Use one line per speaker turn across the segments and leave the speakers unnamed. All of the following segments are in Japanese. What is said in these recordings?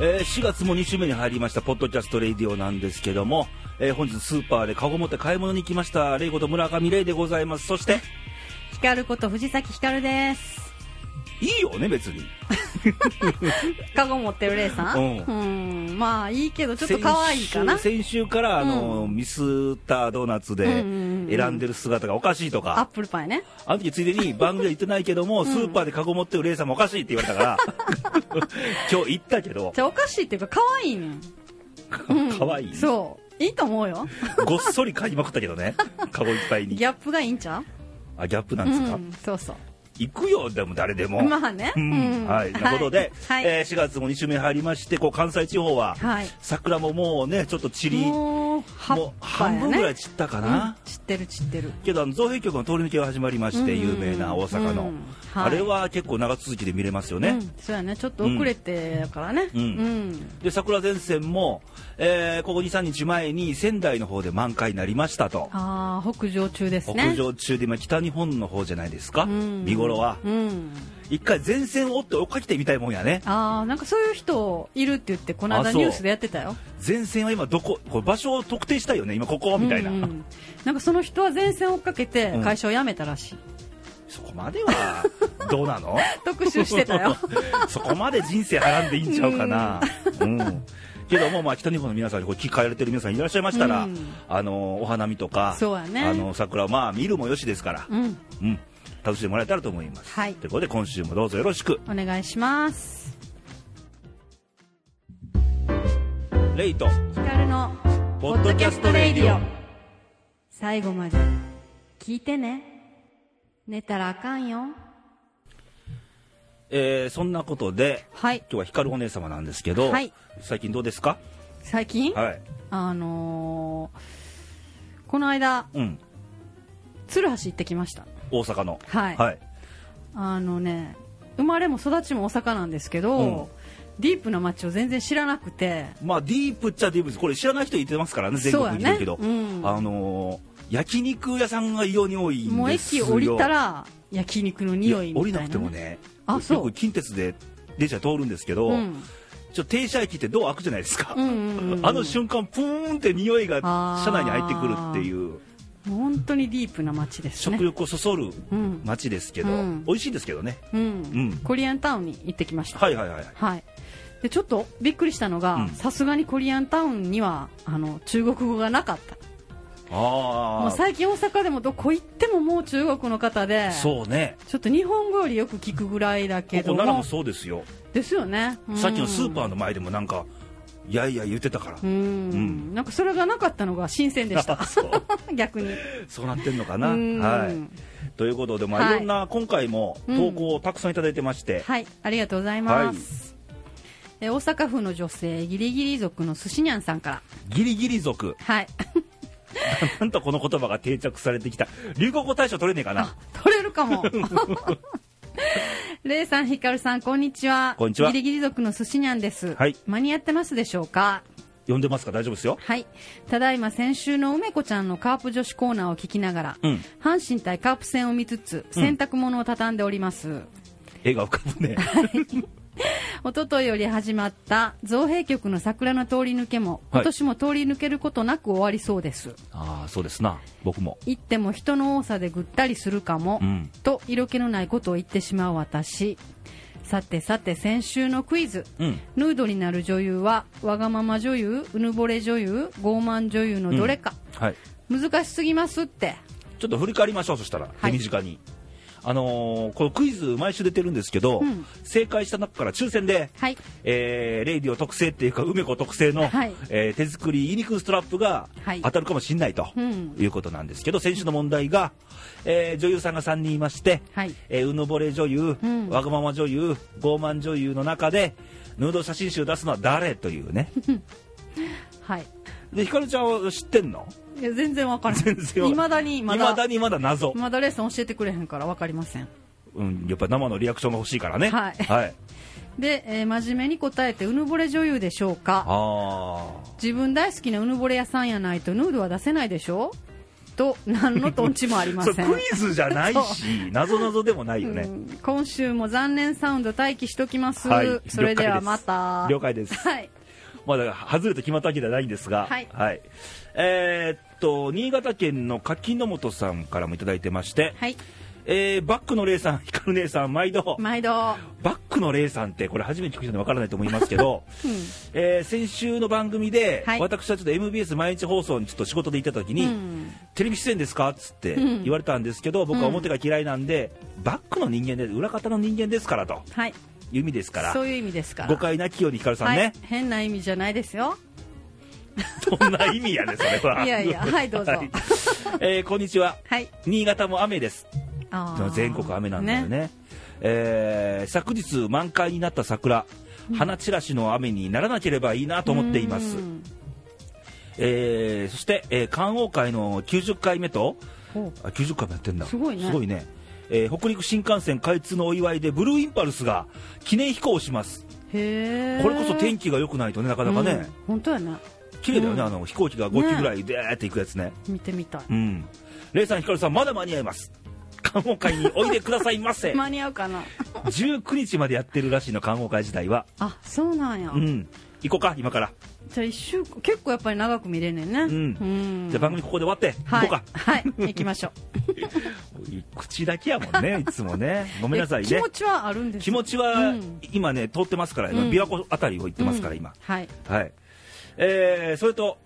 えー4月も2週目に入りました、ポッドキャストレイディオなんですけども、えー本日スーパーでカゴ持って買い物に行きました、レイこと村上レイでございます。そして、
ヒカルこと藤崎ヒカルです。
いいよね、別に。
カゴ持ってるレイさん。
う
うん。まあいいけど、ちょっと可愛いかな。
先週先週から、あの、ミスタードーナツで
うんうんうん
選んでる姿がおかしいと
アッ
か、
プルパイね。
あの時ついでに番組では言ってないけど も、スーパーでカゴ持ってるレイさんもおかしいって言われたから、 今日言ったけど
じ、ゃあおかしいっていうか可愛いねん。
かわいい。
そう。いいと思うよ。
ごっそり買いまくったけどね、カゴいっぱいに
ギ。ャップがいいんちゃう
あ、ギャップなん
う
ですか、
ん。そうそう。
行くよ、でも誰でも。
まあね。
うんはい、ということで、
はい。
えー4月も2週目入りましてこう関西地方は、
はい
桜ももうねちょっと散りも
もう、葉っ
う
ぱ
半
や
分ぐらい
ね。
散ったか
うん
な、
知ってる知ってる。
けどあの造幣局の通り抜けが始まりまして、
うん
有名な大阪の、
うんはい
あれは結構長続きで見れますよね、
うん。そうやね。ちょっと遅れてやからね。
うん
うん。
で桜前線も、えーここ23日前に仙台の方で満開になりましたと
ああ、北上中ですね。
北上中で今北日本の方じゃないですか、
うん
見頃は
うん。
一回前線を追って追っかけてみたいもんやね
ああ、なんかそういう人いるって言って、この
あ
間
そう
ニュースでやってたよ。
前線は今どここれ場所を特定したいよね今ここみたいな、
うんうんなんかその人は前線を追っかけて
うん
会社を辞めたらしい、
そこまでは どうなの
特集してたよ
そこまで人生はらんでいいんちゃうかなうんけどもまあ北日本の皆さんにこう聞かれてる皆さんいらっしゃいましたら、
うん
あのお花見とか
そうやね
あの桜まあ見るもよしですから
う、ん
うん楽しんでもらえたらと思います、
はい
ということで今週もどうぞよろしく
お願いします
レイと
ヒカルの
ポッドキャストレイディオ
最後まで聞いてね寝たらあかんよ
えーそんなことで
はい
今日は光お姉様なんですけど、
はい
最近どうですか
最近、
はい
あのーこの間
うん
鶴橋行ってきました
大阪の
はい
はい、
あのね生まれも育ちも大阪なんですけど、
うん
ディープな街を全然知らなくて
まあディープっちゃディープですこれ知らない人言ってますからね全国にいるけど、
そうやねうん
あのー焼肉屋さんが異様に多いんですよ
もう駅降りたら焼肉の匂いみたいな
降りなくてもね
あそう
よく近鉄で電車通るんですけど、
うん
ちょっと停車駅ってドア開くじゃないですか、
うんうんうん
あの瞬間プーンって匂いが車内に入ってくるっていう
もう本当にディープな街ですね
食欲をそそる
うん
街ですけど、
うん
美味しいですけどね
うん
ん
コリアンタウンに行ってきました
はいはいはい
はいでちょっとびっくりしたの
うん
がさすがにコリアンタウンにはあの中国語がなかったもう
ああ
最近大阪でもどこ行ってももう中国の方で
そうね
ちょっと日本語よりよく聞くぐらいだけ
ここ
ど
奈良も
も
そうですよ、
ですよねうん
さっきのスーパーの前でもなんかいやいや言ってたから、
うん、
ん
なんかそれがなかったのが新鮮でし た
そう
逆に
そうなってんのかな。
うん
はい。ということで、まあ、
はい
いろんな、今回も投稿をたくさんいただいてまして、
はい、ありがとうございます。え大阪府の女性、ギリギリ族の寿司にゃんさんから。
ギリギリ 族、
はい。
なんとこの言葉が定着されてきた。流行語大賞取れねえかな。
取れ るかも。レイさん、ヒカルさん、こんにちは。
こんにちは
ギリギリ族の寿司にゃんです。
はい
間に合ってますでしょうか
呼んでますか大丈夫ですよ。
はい。ただいま先週の梅子ちゃんのカープ女子コーナーを聞きながら、
うん
阪神対カープ戦を見つつ、洗濯物を畳んでおります。
絵が浮かぶ ね。
おとといより始まった造幣局の桜の通り抜けも、今年も通り抜けることなく終わりそうです。
ああ、そうですな。僕も。
行っても人の多さでぐったりするかも、
うん
と色気のないことを言ってしまう私さてさて先週のクイズ、
うん
ヌードになる女優はわがまま女優うぬぼれ女優傲慢女優のどれか、
はい。
難しすぎますって
ちょっと振り返りましょう、そしたら、
はい
手短に。あのーこのクイズ毎週出てるんですけど、
うん
正解した中から抽選で、
はい
えーレイディオ特製っていうか梅子特製の、
はい
えー手作りユニクストラップが
はい
当たるかもしれないと
うん
いうことなんですけど、先週の問題が、えー女優さんが3人いまして、
はい
えーうぬぼれ女優、
うん
わがまま女優傲慢女優の中でヌード写真集出すのは誰という ね
はい
でひかるちゃんは知ってんの
いや全然わからない
全然
いまだにまだ
未だにまだ謎、
まだレイさん教えてくれへんからわかりません
うん、やっぱ生のリアクションが欲しいからね
はい
はい、
で、えー真面目に答えてうぬぼれ女優でしょうか
ああ
自分大好きなうぬぼれ屋さんやないとヌードは出せないでしょと何のとんちもありま
そ
せ
れ
ん
クイズじゃないし、なぞなぞでもないよね。
うん今週も残念サウンド待機しときます、
はい
それではまた
了解です
はい
まあだから外れて決まったわけではないんですが、
はい
えーっと新潟県の柿の本さんからもいただいてまして、
はい
えーバックのレイさん、 ヒカル姉さん、毎度、
毎度は
バックのレイさんって、これ、初めて聞く人にわからないと思いますけど、
うん
えー先週の番組で、
はい
私はちょっと MBS 毎日放送にちょっと仕事で行った時に、
うん
テレビ出演ですかっつって
うん
言われたんですけど、僕は表が嫌いなんで、バックの人間で、裏方の人間ですからと
い
いう意味ですから、
そういう意味ですから
誤解なきようにヒカルさん
はい
ね、、
変な意味じゃないですよ
どんな意味やね、それは。
いやいやはいどうぞ
えーこんにちは。
はい
新潟も雨です。
あー
全国雨なんだよねえー昨日満開になった桜花散らしの雨にならなければいいなと思っています
う、ん
えーそして、えー、観桜会の90回目と
お
あ90回もやってんだ
すごいね
えー北陸新幹線開通のお祝いでブルーインパルスが記念飛行をします
へえ
これこそ天
気
気が良くないとねなかなかね、
本当やね
綺麗だよね、
うん
あの飛行機が5機ぐらいでーって行くやつね
見てみたい
うんレイさんヒカルさんまだ間に合います観光会においでくださいま せ
間に合うかな
19日までやってるらしいの観光会自体は
あそうなんや、
うん行こうか今から、
じゃあ一週間結構やっぱり長く見れんねんねうん
じゃあ番組ここで終わって、
は
行
い
こうか
はい行きましょ
口だけやもん ねいつもねご
う
めんなさい
気
ね
持ちはあるんです
気持ちは、
うん
今ね通ってますから今
うん
琵琶湖あたりを行ってますから、
うん
今
はい
はいえー、それと、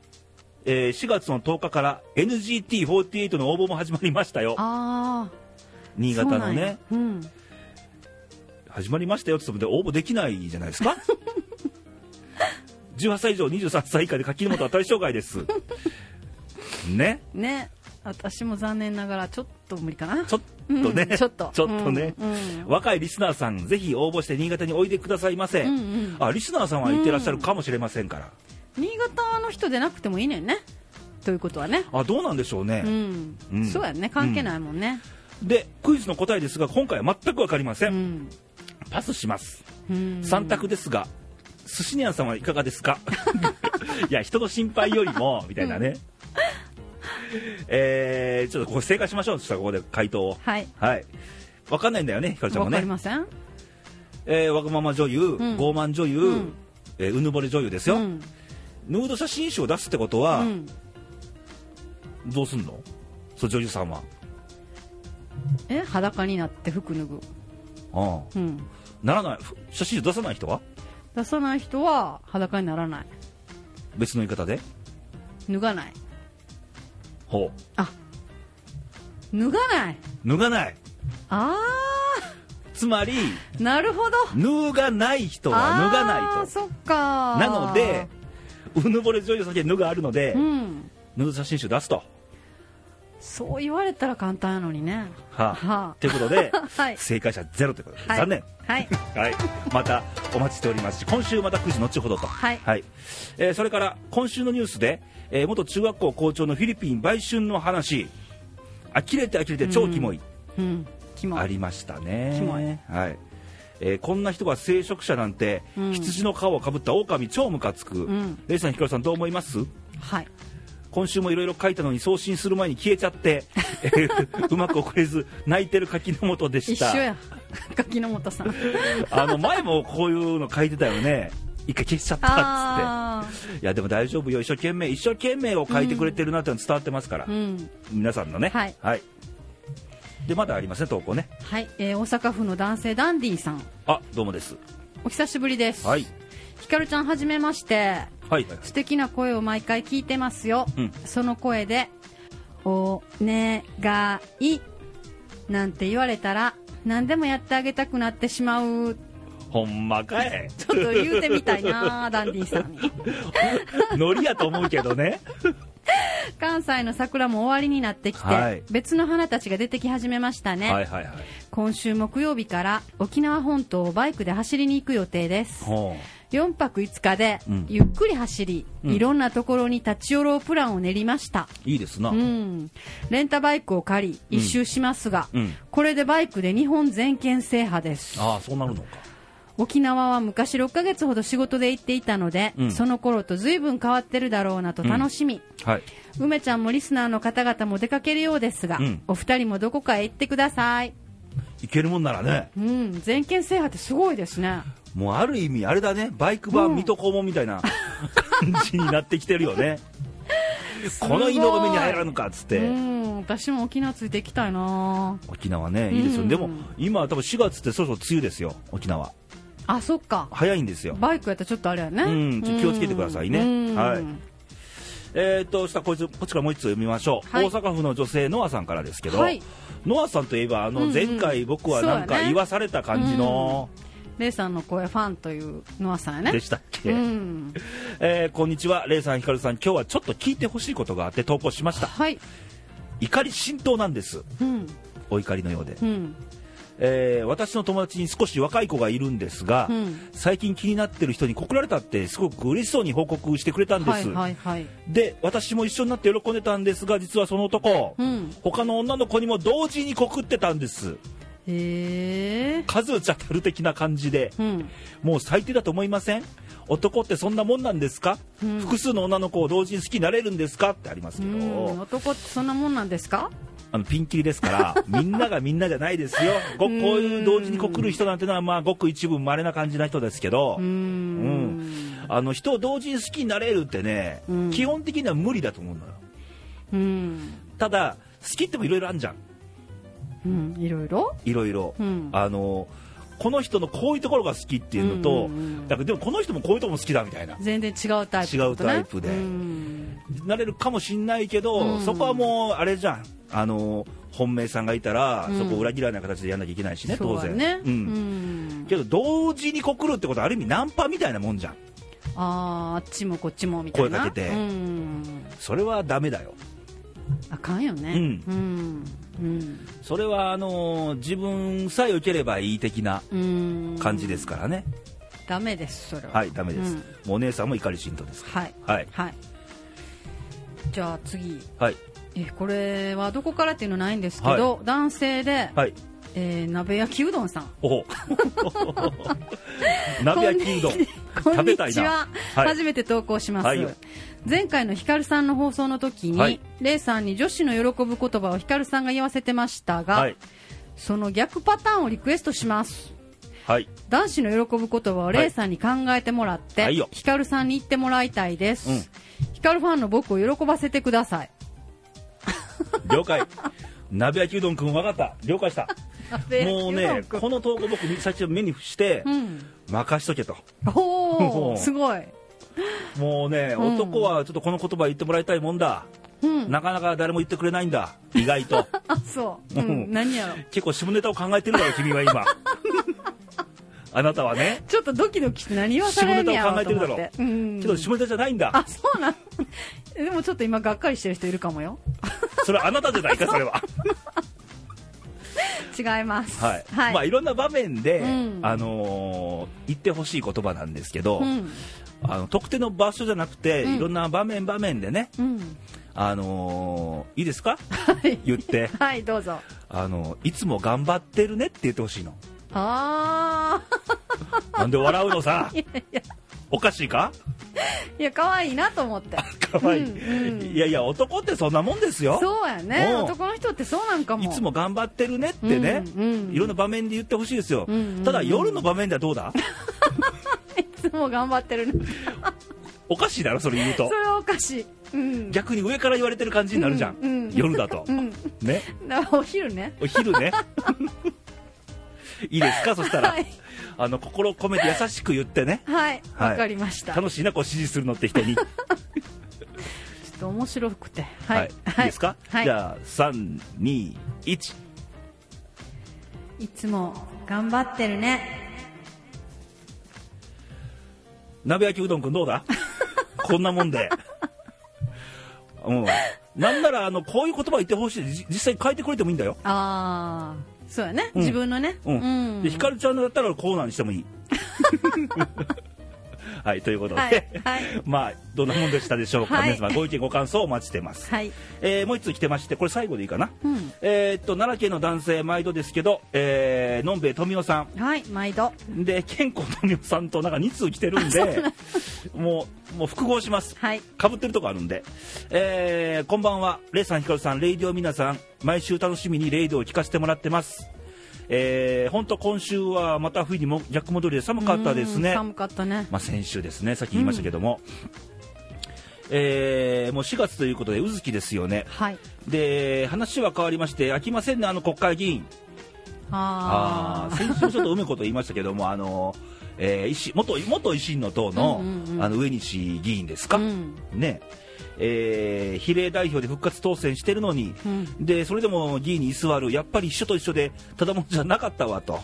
えー4月の10日から NGT48 の応募も始まりましたよ
ああ
新潟のね
そうなんや
始まりましたよって言っても応募できないじゃないですか 18歳以上23歳以下で書きのもとは対象外ですね
うんね私も残念ながらちょっと無理かな
ちょっとね、
うんちょっと
ちょっとね、
うんうん
若いリスナーさんぜひ応募して新潟においでくださいませ、
うんうん
あリスナーさんはいてらっしゃるかもしれませんから、
新潟の人でなくてもいいねんねということはね
あどうなんでしょうね
う、ん、
うん
そうやね関係ないもんね
でクイズの答えですが今回は全く分かりませ、
うんん、
パスします
うん、
3択ですが寿司にゃんさんはいかがですか いや人の心配よりもみたいなね、えー、ちょっとここ正解しましょうそしたらここで回答を
はい
はい分かんないんだよねひかるちゃんも
わかり
ね
ません
えー、わがまま女優、
ん
傲慢女優、
うん
えーうぬぼれ女優です
う
よ、
ん
ヌード写真集を出すってこと
う
は、
ん
どうすんのそう女優さんは、
え裸になって服脱ぐ、
うん、
うん、
ならないふ写真集出さない人は
出さない人は裸にならない
別の言い方で
脱がない
ほ
あ脱がないう
脱がない
あ
つまり
ーなるほど
脱がない人は脱が
あ
な
ー
いと
そっか
なのでうぬぼれ女優さんだけ脱があるので、
うん
ヌード写真集出すと
そう言われたら簡単やのにね
はあ
はあ
ということで、
はい
正解者ゼロということで、
はい
残念
はい
はい、またお待ちしておりますし今週また9時後ほどと、
はい
えーそれから今週のニュースで、えー元中学校校長のフィリピン売春の話呆れて呆れて超キモい、
うんキモ
ありましたね
キモい
はいえーこんな人が聖職者なんて、
うん
羊の皮をかぶった狼超ムカつく、
ん
レイさんヒカルさんどう思います
はい
今週もいろいろ書いたのに送信する前に消えちゃって、 えーうまく送れず泣いてる柿の本で
一
した
緒や 柿の本 さん
あの前もこういうの書いてたよね一回消しちゃったっ
ああ
つっていやでも大丈夫よ一生懸命一生懸命を書いてくれてるなっていうの伝わってますから、
うん
皆さんのね
はい
でまだありますね投稿ね
はい、えー大阪府の男性ダンディさん
あどうもです
お久しぶりです
はい
ひかるちゃんはじめまして
はい
素敵な声を毎回聞いてますよ、
うん
その声で「お願い」なんて言われたら何でもやってあげたくなってしまう
ほんまか い
ちょっと言うてみたいなダンディさんに
ノリやと思うけどね
関西の桜も終わりになってきて、
はい
別の花たちが出てき始めましたね、
はいはいはい
今週木曜日から沖縄本島をバイクで走りに行く予定です
ほ
4泊5日で
うん
ゆっくり走り、
うん
いろんなところに立ち寄ろうプランを練りました、
ういいですな、
うん、レンタバイクを借り一周しますが、
うん
これでバイクで日本全県制覇です
ああそうなるのか
沖縄は昔6ヶ月ほど仕事で行っていたので、
うん
その頃と随分変わってるだろうなと楽しみ、
はい。
梅ちゃんもリスナーの方々も出かけるようですが、
うん
お二人もどこかへ行ってください
いけるもんならね、
うん全県制覇ってすごいですね
もうある意味、あれだね、バイク版水戸黄門みたいな感じになってきてるよね。
ごい
この井の目に入らぬかっつっ
う
て、
ん私も沖縄ついていきたいな
沖縄ね、いいですよ、
うん
でも今、多分4月ってそろそろ梅雨ですよ、沖縄、
あそっか
早いんですよ。
バイクやったらちょっとあれやね、
うんちょ気をつけてくださいね
うん
はいえー、っとしたらこいつこっちからもう一つ読みましょう、
はい
大阪府の女性ノアさんからですけど、
はい
ノアさんといえばあ
うん
の
うん
前回僕はなん
そう
か
やね
言わされた感じの
レイさんの声ファンというノアさんや
で
ね
したっけ、
うん
えーこんにちはレイさんひかるさん今日はちょっと聞いてほしいことがあって投稿しました
はい
怒り浸透なんです
うん
お怒りのようで、
うん
えー私の友達に少し若い子がいるんですが、
うん
最近気になってる人に告られたってすごく嬉しそうに報告してくれたんで
はい
す、
はいはい
で私も一緒になって喜んでたんですが実はその男、
うん
他の女の子にも同時に告ってたんです
へえ
数打ち当たる的な感じで
うん
もう最低だと思いません男ってそんなもんなんですか、
うん
複数の女の子を同時に好きになれるんですかってあります
う
けど、
ん男ってそんなもんなんですか
あのピンキリですから みんながみんなじゃないですよごこういう同時に告る人なんてのはまあごく一部稀な感じな人ですけど、
うーん
あの人を同時に好きになれるってね、
うん
基本的には無理だと思うのよ
うん
ただ好きってもいろいろあるじゃん
うんいろいろ
いろいろ、
うん
あのこの人のこういうところが好きっていうのと、
うんうんうん
だからでもこの人もこういうとこも好きだみたいな
全然違うタイプってことね
違うタイプで
うん
なれるかもしんないけど、
うん
そこはもうあれじゃんあの本命さんがいたら、
うん
そこを裏切らない形でやんなきゃいけないしね
そう
当
は
然
ね
う
うんん
けど同時に告るってことはある意味ナンパみたいなもんじゃん
あーあっちもこっちもみたい
声
な
かけて
うん
それはダメだよ
あかんよね
う
うんうん
それはあの自分さえ受ければいい的な
うん
感じですからね、
ダメですそれは
はいダメです、
うん
もうお姉さんも怒り浸透です
はい
はい
はいじゃあ次
はい
えこれはどこからっていうのないんですけど、男性で、
はい
えー鍋焼きうどんさん
おほ鍋焼きうどん
こ
食
ん
べ
に
たい
ちは
な、はい
初めて投稿します、
はいよ
前回のひかるさんの放送の時に、
はい
レイさんに女子の喜ぶ言葉をひかるさんが言わせてましたが、
はい
その逆パターンをリクエストします
はい
男子の喜ぶ言葉をレイさんに考えてもらって、
はいよ
ひかるさんに言ってもらいたいです、
うん
ひかるファンの僕を喜ばせてください
了解鍋焼きうどんくん分かった了解した もうねこの投稿僕最初目にして、
うん、
任しとけと
お
おー
おすごい、
もうね、
うん
男はちょっとこの言葉言ってもらいたいもんだ
うん、
なかなか誰も言ってくれないんだ意外 と
あそう、う
うん
ん、何やろ
結構下ネタを考えてるだろ君は 今あなたはね
ちょっとドキドキして何言わされんねやろと思ってうん
けど下ネタじゃないんだ
あそうなんでもちょっと今がっかりしてる人いるかもよ
それはあなたじゃないかそれは
違います
はい、
はい、
まあいろんな場面で、
うん
あのー言ってほしい言葉なんですけど、
うん
あの特定の場所じゃなくて、
うん
いろんな場面場面でね
うん
あのーいいですか
はい
言って
はいどうぞ
あのいつも頑張ってるねって言ってほしいの
あ
なんで笑うのさ
ーいやいや
おかしいか
いや可愛いなと思って
かわいい、
うんうん
いやいや男ってそんなもんですよ
そうやね
うん
男の人ってそうなんかも
いつも頑張ってるねってね、
うんうん
いろんな場面で言ってほしいですよ、
うんうんうん
ただ夜の場面ではどうだ
いつも頑張ってるね
おかしいだろそれ言う
そ
と
れはおかしいうん
逆に上から言われてる感じになるじゃん、
うんうん
夜だと、
うん
ね
だからお昼ね
お昼 ねいいですかそしたら、
はい
あの心を込めて優しく言ってね
はい
はい
わかりましたちょっ
楽しいなこう指示するのって人に
と面白くてはい
いいですか、
はい
じゃあ321
いつも頑張ってるね
鍋焼きうどんくんどう だこんなもんで。うん。なんなら、あの、こういう言葉言ってほしい。じ実際書いてくれてもいいんだよ。
ああそうやね、
うん
自分のね
うん。で、ひかるちゃんだったらこうなんにしてもいい。 はい、ということで、
はいはい
まあ、どんなもんでしたでしょうか、
はい
皆様、ご意見、ご感想お待ちしてます。
はい
えーもう一つ来てまして、これ最後でいいかな。
うん
えーっと、奈良県の男性、毎度ですけど、えー、のんべえ富夫さん。
はい毎度
で、健康富夫さんとなんか2通来てるんで、もう、もう複合します。
はい
かぶってるとこあるんで、えーこんばんはレイさんひかるさんレイディオ皆さん毎週楽しみにレイディオを聞かせてもらってますえー、ほんと今週はまた冬にも逆戻りで寒かったです
うん
ね、
寒かったね
まあ、先週ですねさっき言いましたけども、えーもう4月ということでうずきですよね
はい
で話は変わりまして飽きませんねあの国会議員あー
ああ
先週もちょっと梅子と言いましたけどもあの、えー維新元元維新の党の,、
うんうんうん
あの上西議員ですか、
うん
ねえー比例代表で復活当選してるのに、
うん
でそれでも議員に居座るやっぱり秘書と一緒でただもんじゃなかったわと、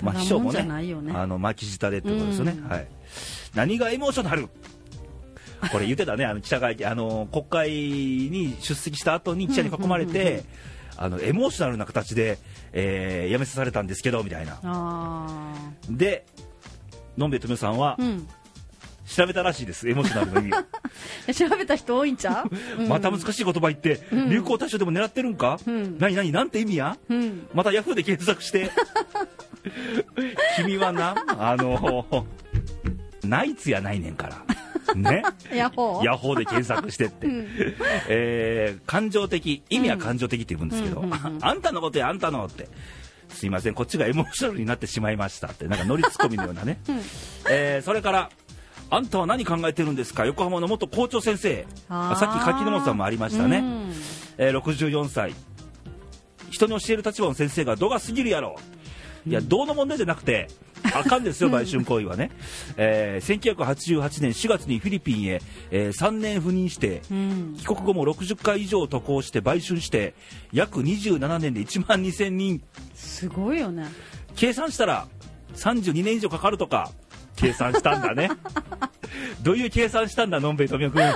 ただもん
秘書も
じゃないよね
あの巻き舌でってことですよね、
うん
はい、何がエモーショナルこれ言ってたね、あの記者会見あの国会に出席した後に記者に囲まれ
うんうんうんう
て、あのエモーショナルな形で、えー辞めさされたんですけどみたいな、
あ
で、のんべえとみおさんは
ーうん
調べたらしいです、エモーショナルの意味を。
え調べた人多いんちゃう、 うん
また難しい言葉言って、流行対象でも狙ってるんか、
うん
何何なんて意味や
うん
またヤフーで検索 して君はなあの ナイツやないねんからね
ヤホー
ヤホーで検索してって、えー感情的意味は感情的って言うんですけど、
うんうんうんうん
あんたのことやあんたのってすいませんこっちがエモーショナルになってしまいましたってなんかノリツッコミのようなね、えーそれからあんたは何考えてるんですか横浜の元校長先生
あー
さっき柿沼さんもありましたね、
うん
えー64歳人に教える立場の先生が度が過ぎるやろいや度の問題じゃなくてあかん ですよ、売春行為はね、えー1988年4月にフィリピンへ、え3年赴任して、
うん
帰国後も60回以上渡航して売春して約27年で1万2000人
すごいよね
計算したら32年以上かかるとか計算したんだね どういう計算したんだのんべえとみおくん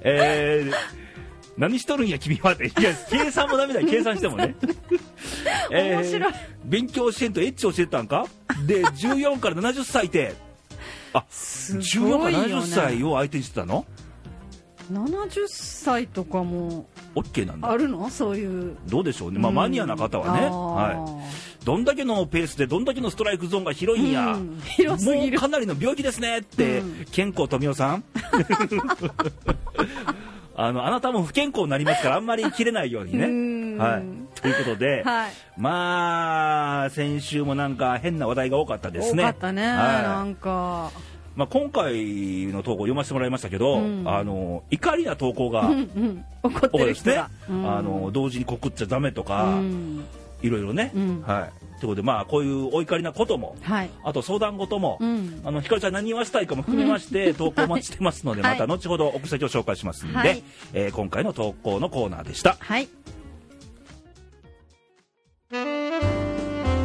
えー何しとるんや君はっていや計算もダメだよ計算してもね
面白い
勉強教えんとエッチ教えてたんかで14から70歳ってあ
す
14
ご
か
い
ら
よ
70歳
ね
を相手にしてたの
70歳とかも
OK なんだ
あるのそういう
どうでしょうね、まあ、
うん
マニアな方はね、
あー
はい、どんだけのペースでどんだけのストライクゾーンが広いんや、
うん広すぎる
もうかなりの病気ですねって、
うん
健康富夫さ んあのあなたも不健康になりますからあんまり切れないように
うん
ね。はい、ということで、
はい
まあ先週もなんか変な話題が多かったですね。
多かったね、な
はい
んか
まあ、今回の投稿読ませてもらいましたけど、
うん
あの怒りな投稿が
うんうん怒
多
って
い
る
です
人
ね
が、うん
あの同時に告っちゃダメとか。
うん
いろいろね、
うん
はい。ということで、まあ、こういうお怒りなことも、
はい
あと相談事も、
うん
あの、ひかるちゃんに何言わしたいかも含めま して、投稿お待ちしてますので、
はい
また後ほど送先を紹介しますんで、
はい
えー今回の投稿のコーナーでした。
はい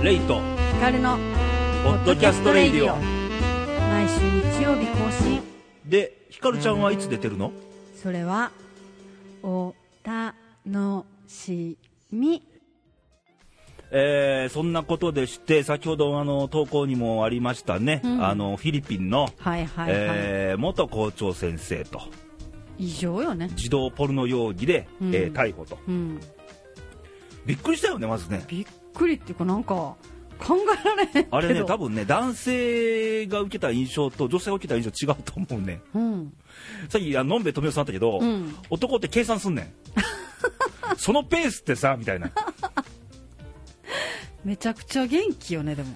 レイト、
ヒカルの
ポッドキャストレイディオ。
毎週日曜日更新
で、ひかるちゃんはいつ出てるの
それはお楽しみ
えーそんなことでして、先ほどあの、投稿にもありましたね、
うん
あの、フィリピンの、
はいはいはい、
えー元校長先生と、
異常よね
児童ポルノ容疑で、
うん
えー逮捕と。
うん
びっくりしたよね、まずね。
びっくりっていうかなんか考えられへんけど
あれね、多分ね、男性が受けた印象と女性が受けた印象違うと思うね。
うん
さっき、あののんべえとみおさんあったけど、
うん
男って計算すんねん。 そのペースってさ、みたいな。
めちゃくちゃ元気よねでも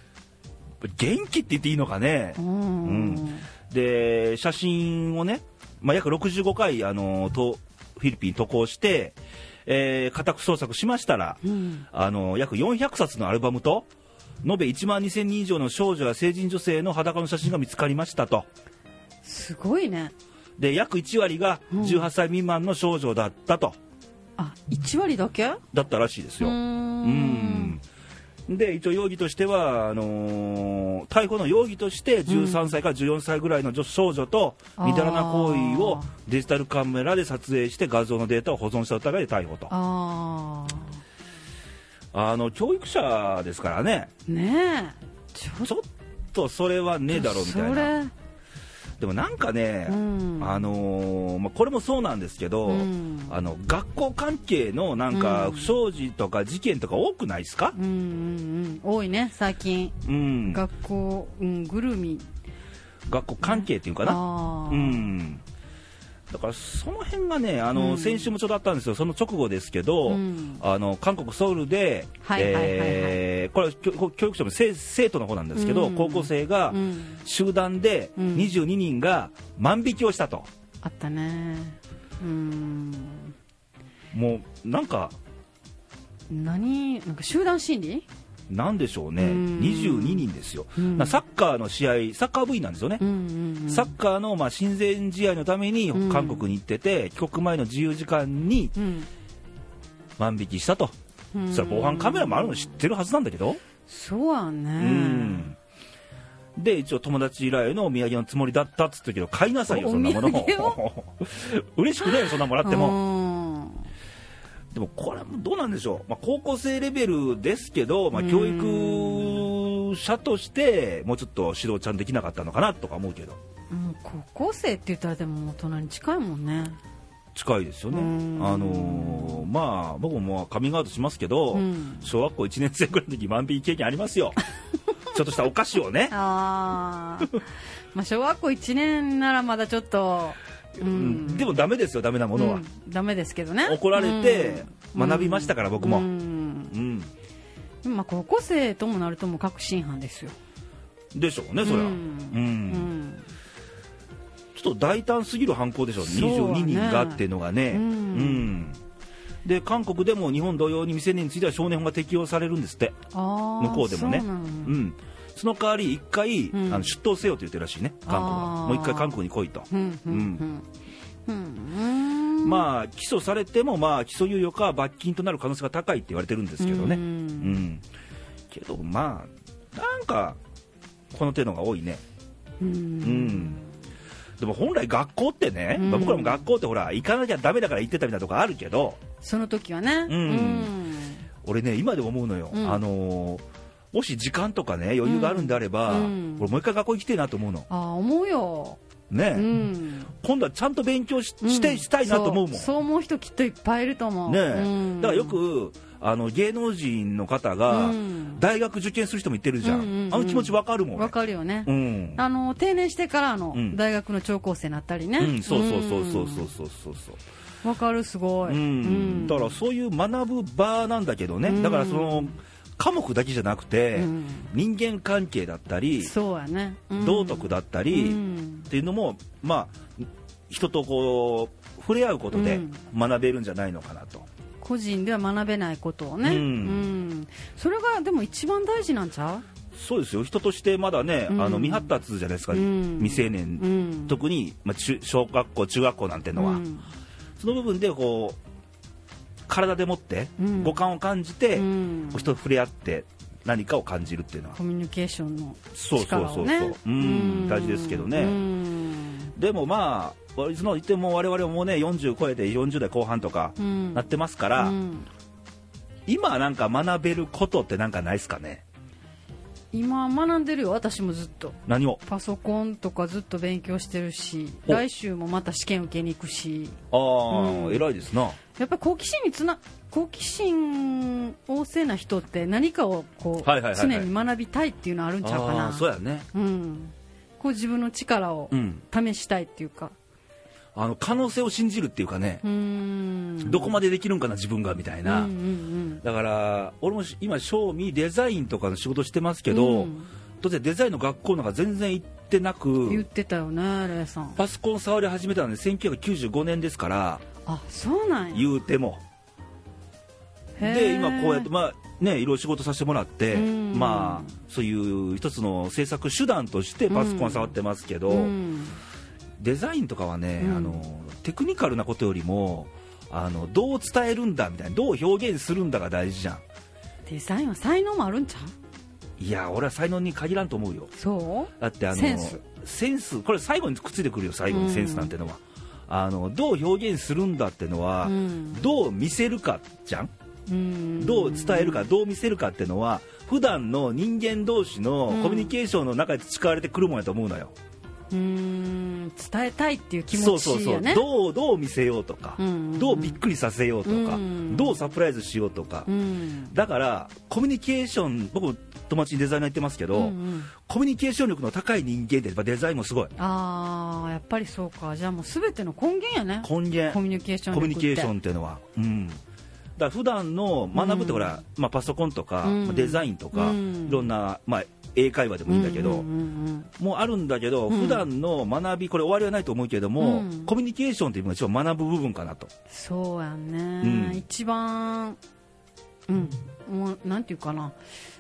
元気って言っていいのかね
う。ん、
うんで、写真をね、まあ、約65回、あの、とフィリピン渡航して、えー家宅捜索しましたら、
うん
あの、約400冊のアルバムと、延べ1万2000人以上の少女や成人女性の裸の写真が見つかりましたと。
すごいね
で約1割が18歳未満の少女だったと、
あ1割だけ
だったらしいですよ。
うーん
うんで一応容疑としてはあのー逮捕の容疑として13歳から14歳ぐらいの女少女とみだらな行為を
あ
デジタルカメラで撮影して画像のデータを保存した疑いで逮捕と
ああ
あの教育者ですからね
ねえちょっ
ちょっとそれはねえだろみたい
そ
な
れ
でもなんかね、
うん
あのーまあ、これもそうなんですけど、
うん
あの学校関係のなんか
うん
不祥事とか事件とか多くないですか
うんうんうん多いね最近、
うん、
学校、うん、ぐるみ
学校関係っていうかな、
ああ
うん、だからその辺がねあの、
うん
先週もちょうどあったんですよ、その直後ですけど、
うん
あの韓国ソウルで、
はいはいはいはい
えーこれは教教育省の生生徒の方なんですけど、
うん
高校生が
うん
集団で
うん
22人が万引きをしたと、
あったねうん
もうなんか、
何なんか集団心理
なんでしょうね、
うん
22人ですよ、
うん
なサッカーの試合、サッカー部員なんですよね
う。んうんうん
サッカーのまあ親善試合のために
うん
韓国に行ってて、帰国前の自由時間に
うん
万引きしたと、
うん
それ防犯カメラもあるの知ってるはずなんだけど、
そうやね
うんで一応友達以来のお土産のつもりだったっつったけど買いなさいよ
お
そんなも
お土産
の 嬉しくないよそんなもらっても
も
でもこれもどうなんでしょう、まあ、高校生レベルですけど、まあ、教育者としてもうちょっと指導ちゃんできなかったのかなとか思うけど
もう高校生って言ったらでも大人に近いもんね
近いですよね
うん
あのーまあ僕もまあカミングアウトしますけど、
うん
小学校1年生ぐらいの時万引き経験あります よちょっとしたお菓子をね
ああ まあ小学校1年ならまだちょっとう
うん
ん
でもダメですよダメなものは、
うんダメですけどね
怒られて
うん
学びましたから僕も
うん
うん、
でもまあ高校生ともなるともう確信犯ですよ
でしょうねそりゃ、う
うんんうん
ちょっと大胆すぎる犯行でしょうね
そう
22
ね
人がっていうのがね
うん
うんで韓国でも日本同様に未成年については少年法が適用されるんですって、
ああ
向こうでもね
そうなの
うん、その代わり一回、
うん
あの出頭せよと言ってるらしいね韓国は
あー
もう一回韓国に来いと、
うんうんうんうん
まあ起訴されても、まあ、起訴猶予か罰金となる可能性が高いって言われてるんですけどね、
う
うんんけどまあなんかこの手のが多いね
う
うんんでも本来学校ってね、
うん
まあ僕らも学校ってほら行かなきゃダメだから行ってたみたいなとこあるけど
その時はね
うん俺ね今でも思うのよ、
うん
あのーもし時間とかね余裕があるんであれば、
うん
俺もう一回学校行きてえなと思うの
ああ思うよ
ね、
うん
今度はちゃんと勉強し
うん
してしたいなと思うもん、
そうそう思う人きっといっぱいいると思う
ね
うん
だからよくあの芸能人の方が
うん
大学受験する人もいってるじゃん、
うんうんうん
あの気持ちわかるもん
わ
ね
かるよね
うん、
あの定年してからあの
うん
大学の超高生になったりね
うん、そうそうそうそうそうそうそう
うんわかるすご
う
い
ん、
うん
だからそういう学ぶ場なんだけどね、
うん
だからその科目だけじゃなくて、
うん
人間関係だったり
そうやねうん
道徳だったり、
うん
っていうのもまあ人とこう触れ合うことで
うん
学べるんじゃないのかなと、
個人では学べないことをね、
うん
うんそれがでも一番大事なんちゃ
そうですよ人としてまだね、
うん
あの未発達じゃないですか、
うん
未成
う、
年、
うん、
特に、まあ、中小学校中学校なんてのは、
うん
その部分でこう体でもって、
うん
五感を感じて、
うん
人と触れ合って何かを感じるっていうのは
コミュニケーションの
そうそう
力
そうそ
を
う、
ね
うん大事ですけどね、
うん
でもまあいつの言っても我々もね40超えて40代後半とか
うん
なってますから、
うん
今なんか学べることってなんかないですかね
今学んでるよ私もずっと
何を
パソコンとかずっと勉強してるし
お
来週もまた試験受けに行くし
ああ、
うん
偉いですな
やっぱり好奇心につな好奇心旺盛な人って何かをこう、
はいはいはいはい
常に学びたいっていうのあるんちゃうか
あー
な
そうやね
うん、こう自分の力を
うん
試したいっていうか、
あの可能性を信じるっていうかね
う、ーん、
どこまでできるんかな自分がみたいな、
うんうん
だから俺もし今正味デザインとかの仕事してますけど、
うん
当然デザインの学校なんか全然行ってな
うん、言っ
く
てたよね、レイさん。
パソコン触り始めたので1995年ですから
あ、そうなんや。
言うても
へー
で今こうやってまあねいろいろ仕事させてもらって、
うん
まあそういう一つの制作手段としてパソコン触ってますけど、
うん、
デザインとかはね、
うん
あのテクニカルなことよりもあのどう伝えるんだみたいなどう表現するんだが大事じゃん
デザインは才能もあるんちゃう
いや俺は才能に限らんと思うよ
そ
だってあの
センス
センスこれ最後にくっついてくるよ最後にセンスなんてのは、あのどう表現するんだってのは、
うん
どう見せるかじゃん
う、うん、
どう伝えるかどう見せるかってのは普段の人間同士の
うん
コミュニケーションの中で培われてくるもんやと思うのよ、
うーん伝えたいっていう気
そ
持
うそう
ち
そ
よ
う
ね
どうどう見せようとか、
うんうんうん
どうびっくりさせようとか、
うん
どうサプライズしようとか、
うん
だからコミュニケーション僕も友達にデザイナー言ってますけど、
うんうん
コミュニケーション力の高い人間ってやっぱデザインもすごい
ああやっぱりそうかじゃあもう全ての根源やね
根源
コミュニケーション
コミュニケーショ
ン
ンっていうのは、うん、だから普段の学ぶってほら、まあ、パソコンとか、
うん
まあデザインとか、
うん
いろんな、まあ、英会話でもいいんだけど、もうあるんだけど、
うん
普段の学びこれ終わりはないと思うけども、
うん
コミュニケーションっていうのが一番学ぶ部分かなと
そうやんね、
うん
一番うんもうなんていうかな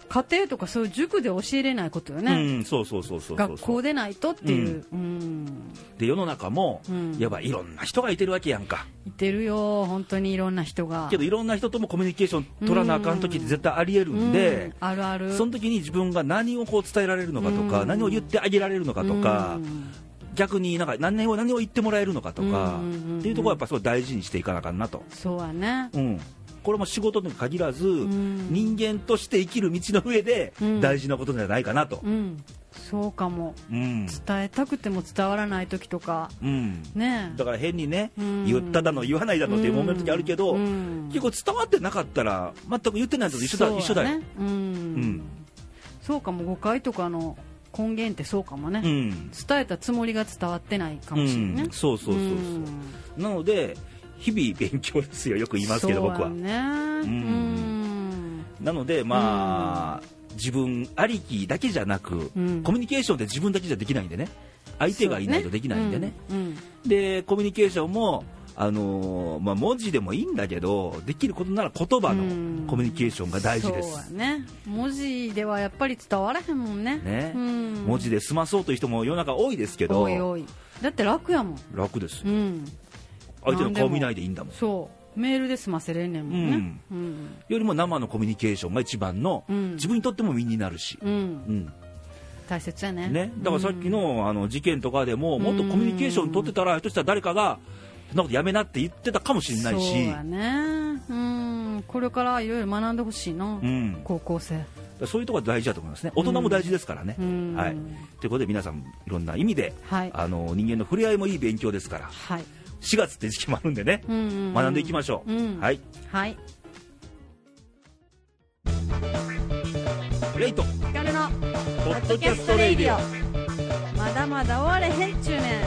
家庭とかそういう塾で教えれないことよね、
うん、そうそうそうそうそう
学校でないとっていううん、
で世の中も、
うん
やっぱいろんな人がいてるわけやんか
いてるよ本当にいろんな人が
けどいろんな人ともコミュニケーション取らなあかん時って絶対ありえるんで、
うんあるある
その時に自分が何をこう伝えられるのかとか、
うん
何を言ってあげられるのかとか、
うん
逆になんか何を何を言ってもらえるのかとか、
うんうんうんうん
っていうところはやっぱすごい大事にしていかなあかんなと、
そうやね
うん、これも仕事に限らず、
ん
人間として生きる道の上で
うん
大事なことじゃないかなと、
うんそうかも
うん
伝えたくても伝わらない時とか
うん
ねえ
だから変にね、
うん
言っただの言わないだのっていう
うん
揉める時あるけど、
うん
結構伝わってなかったら全く言ってないのと一緒だ,、
そうやね
一緒だよ、
うん、
ん
そうかも誤解とかの根源ってそうかもね、
うん
伝えたつもりが伝わってないか
う
もしれない、ね
ん、そうそうそうそう、
ん
なので日々勉強ですよよく言いますけど僕は、
そうやね
う
うんん、
なのでまあ、自分ありきだけじゃなく、
うん
コミュニケーションって自分だけじゃできないんでね相手がいないとできないんでね
そうね
でコミュニケーションもあのーまあ、文字でもいいんだけどできることなら言葉
うん
のコミュニケーションが大事で
そうや
す、
ね文字ではやっぱり伝わらへんもんね
ね
うん、
文字で済まそうという人も世の中多いですけど
おいおいだって楽やもん
楽ですよ
うん
相手の顔見ないいでいいんだもん
そうメールで済ませれんねんもんねうん
よりも生のコミュニケーションが一番の、
うん
自分にとっても身になるし、
うん、
うん
大切やね
ね、だからさっき
うん
の,、あの事件とかでももっとコミュニケーション取ってたらひょっとしたら誰かが「そんなことやめな」って言ってたかもしれない
そう
し
やねうんこれからいろいろ学んでほしいな、
うんだか
高校生
らそういうところが大事だと思いますね大人も大事ですからね。
うん
はい、ということで皆さんいろんな意味で、
はい
あの人間の触れ合いもいい勉強ですから
はい
4月って時期もあるんでね、
うんうんうん
学んでいきましょう。
うん
はい
はい
レイト
ヒカルの
ポ
ポッドキャストレイディオまだまだ終われへんちゅうね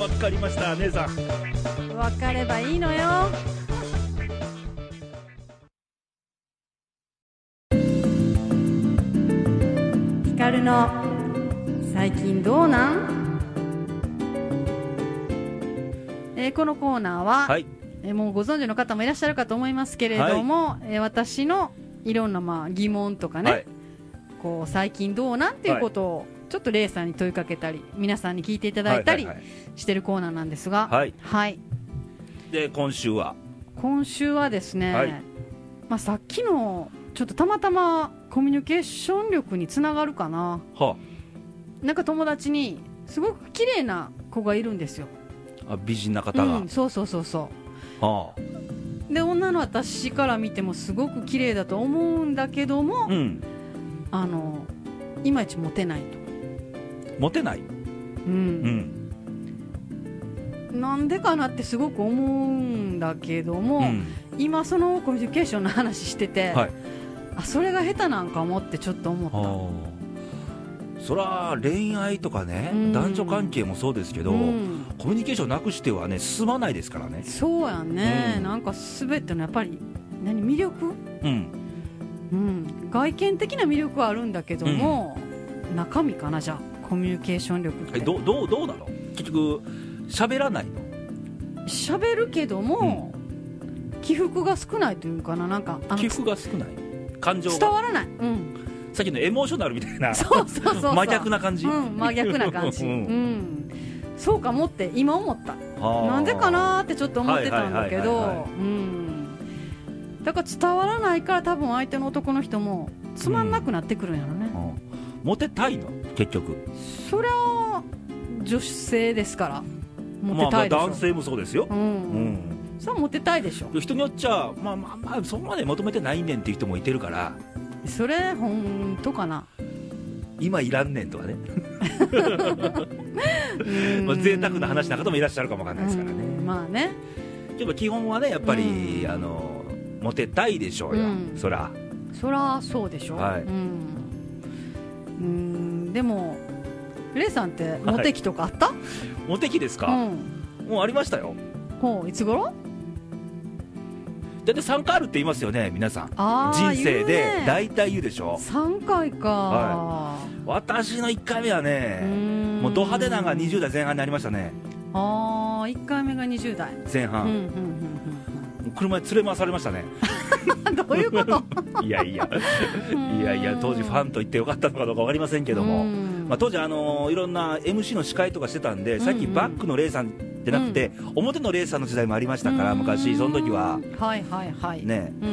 わかりました姉さん
ん分かればいいのよヒカルの最近どうなんえーこのコーナーは、
はい
えーもうご存知の方もいらっしゃるかと思いますけれども、えー私のいろんなまあ疑問とかね、
はい
こう最近どうなんっていうことをちょっとレイさんに問いかけたり皆さんに聞いていただいたり
はいはいは
してるコーナーなんですが、
はい
はい
いで今週は
今週はですね、
はい
まあ、さっきのちょっとたまたまコミュニケーション力につながるかな
は
なんか友達にすごく綺麗な子がいるんですよ、
ああ美人な方が、
うん、そうそうそうそう
はあ
で女の私から見てもすごく綺麗だと思うんだけども、
うん
あのいまいちモテないと、
モテない、
う
うんん
なんでかなってすごく思うんだけども、
うん
今そのコミュニケーションの話してて、
はい
あそれが下手なんかもってちょっと思っ
はあそら恋愛とかね、
うん
男女関係もそうですけ
た、
ど、
うん、
コミュニケーションなくしてはね進まないですからね
そうやね、
うん
なんか全てのやっぱり何魅力、
うん
うん、外見的な魅力はあるんだけども、中身かなじゃあコミュニケーション力っ
え
て
どどうどうなの結局喋らないの
喋るけども、起伏が少ないというかななんかあの
起伏が少ない感情
伝
が
わらない、うん、
さっきのエモーショナルみたいな
そうそうそうそ う
真逆な感じ、
うん、真逆な感じ、
う
うんんそうかもって今思った
はあ
なんでかなーってちょっと思ってたんだけ
はいはいはい
ど
は
うんだから伝わらないから多分相手の男の人もつまんなくなってくるんやろね、
うんモテたいの結局
そりゃ女性ですからモテたいでしょ、
まあ、男性もそうですよ、
う、
うんん、
それはモテたいでしょ
人によっちゃまあまあまあそこまで求めてないねんっていう人もいてるから
それ本当か な
今いらんねんとかね、ま
ま
あ、贅沢な話な方もいらっしゃるかもわかんないですからね、
まあね
でも基本はねやっぱり、
うん
あのモテたいでしょうよ、
うん
そら
そらそうでしょ、
はい
うんうんでもレイさんってモテ期とかあった、
モテ期ですか、
うん
もうありましたよ
ほういつ頃
だって3回あるって言いますよね皆さん
あー
人生
言う
で
ね
大体言うでしょ、
3回か、
は私の1回目は
う
ね、
ん
もうド派手なのが20代前半になりましたね
ああ1回目が20代
前
うんうん
半、もう車に連れ回されましたね
うんうん どういうこと
いやいや いやいや当時ファンと言ってよかったのかどうか分かりませんけども、
うん
まあ、当時、あのーいろんな MC の司会とかしてたんで、
ん
さっきバックのレイさんじゃなくて、表のレイさんの時代もありましたから、昔、その時は、
はいはいはい
ね
うん
ま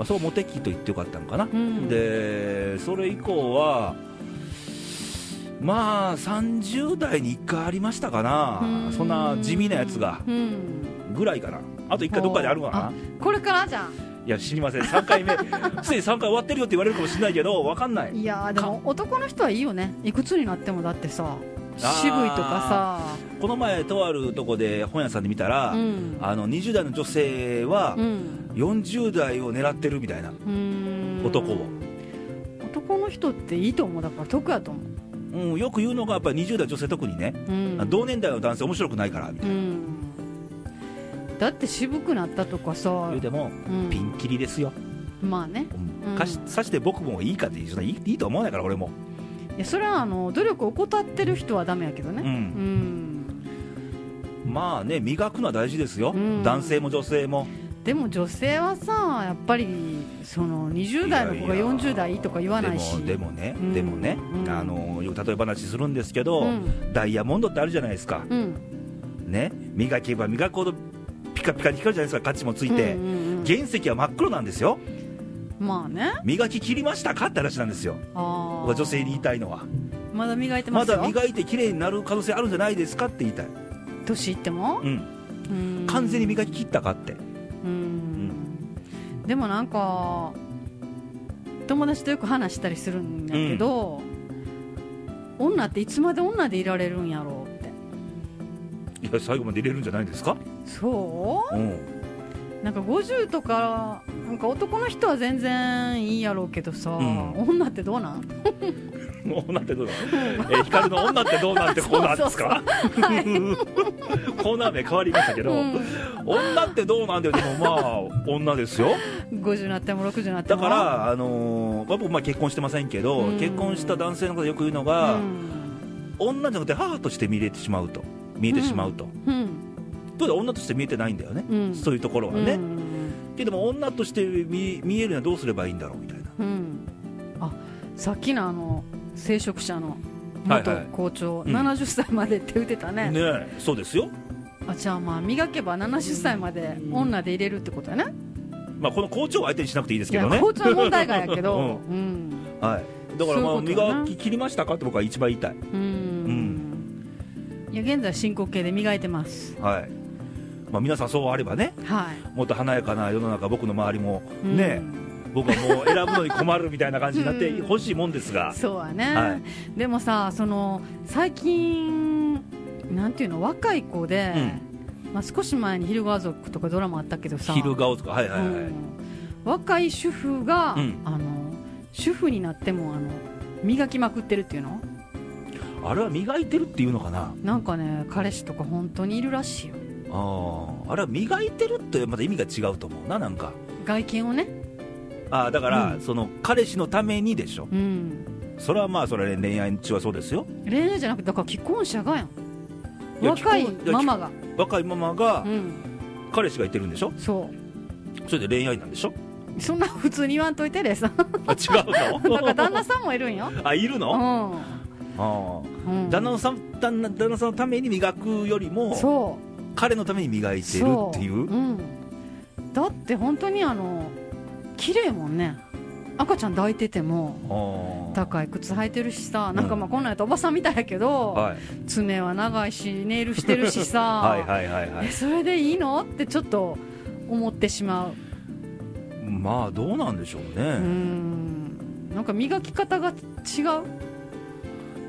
あ、そうモテ期と言ってよかったのかな、
ん
でそれ以降は、まあ、30代に1回ありましたかな、
うん
そんな地味なやつが
うん
ぐらいかな、あと1回どっかであるかな
あ。これからじゃ
いや知りません3回目 すでに3回終わってるよって言われるかもしれないけど分かんない
んいやーでも男の人はいいよねいくつになってもだってさ渋いとか
この前とあるとこで本屋さんで見たら、
さうん
あの20代の女性は
うん
40代を狙ってるみたいな、
うん
男を
男の人っていいと思うだから得やと思う
うん、よく言うのがやっぱり20代女性特にね、
うん
同年代の男性面白くないからみた
う
いな、
んだって渋くなったとかさ
言うても、
うん
ピンキリですよ、
まあね
うん
うん
かしさして僕もいいかって言う人いいいいと思わないから俺も、
いやそれはあの努力を怠ってる人はダメやけど
う、
ねうんん
まあね磨くのは大事ですよ、
うん
男性も女性も
でも女性はさやっぱりその20代の子が
いやいや
40代とか言わないし
でもでもね、
うん
でもね、
うん
あのよく例え話するんですけど、
うん
ダイヤモンドってあるじゃないですか、
うん
ね磨けば磨くほどピカピカに光るじゃないですか価値もついて、
うんうんうん
原石は真っ黒なんですよ
まあね
磨き切りましたかって話なんですよ
あ
僕は女性に言いたいのは
まだ磨いてま
ます
よ
だ磨いて綺麗になる可能性あるんじゃないですかって言いたい、
年いっても
うん、
うん
完全に磨き切ったかって
うんでもなんか友達とよく話したりするんやけど、女っていつまで女でいられるんやろうって
いや最後まで入れるんじゃないですか、
そ
うん
うなんか50とかなんか男の人は全然いいやろうけどさ、
ん
女ってどうなん、
女ってどうだ、えー、光の女ってどうなんてコーナーですか コーナー名変わりましたけど、女ってどうなんだよでもまあ女ですよ
50になっても60になって
だ
も
から、あのーまあ、僕まあ結婚してませんけど、
うん
結婚した男性の方でよく言うの
う
が、
ん
女じゃなくて母として見れてしまうと見えてしまうと、
うん
どうだ女として見えてないんだよね、
うん
そういうところは
う
ね、
ん
けども女として見見えるにはどうすればいいんだろうみたいな
うんあさっきのあの聖職者の
はい
元
はい
校長、
うん
70歳までって打てたね
ねえそうですよ、
あじゃあまあ磨けば70歳まで女で入れるってことやね
まあ、この校長を相手にしなくていいです
い
け
や
どね
校長は問題外やけ
う
ど
ん
うん
はい、だからまあ
そういうことだな
磨き切りましたかって僕は一番言いたい、
うんいや現在進行形で磨いてます
はいまあ、皆さんそうあればね
はい
もっと華やかな世の中僕の周りも
うん
ね、僕はもう選ぶのに困るみたいな感じになって
うん
ほしいもんですが、
そうやね、
はい
でもさその最近なんていうの若い子で、まあ、少し前に「昼顔族」とかドラマあったけどさ
昼顔とかはいはいはい、
うん若い主婦が、
うん
あの主婦になってもあの磨きまくってるっていうの
あれは磨いてるっていうのかな
なんかね彼氏とか本当にいるらしいよ
あーあれは磨いてるってまた意味が違うと思うななんか
外見をね
あーだから、
うん
その彼氏のためにでしょ
うん
それはまあそれは恋愛中はそうですよ
恋愛じゃなくてだから既婚者がやん
いや
若い
既婚や
ママが
若いママが
うん
彼氏がいてるんでしょ
そ
それで恋愛なんでしょ
うそんな普通に言わんといてでさ
あ違う
だ
の
から旦那さんもいるんよ
あいる
う
の、
ん、
あ
うん
ー旦那さん旦那旦那さんのために磨くよりも
そう
彼のために磨いてる
そ
っていう
うん、だって本当にあの綺麗もんね赤ちゃん抱いてて
あ
も
ー
高い靴履いてるしさなんか
うん
まあこんなんやとおばさんみたいやけど、
はい、
爪は長いしネイルしてるしさ
はいはいはいはい
えそれでいいのってちょっと思ってしまう
まあどうなんでしょう
う
ね、
んなんか磨き方が違う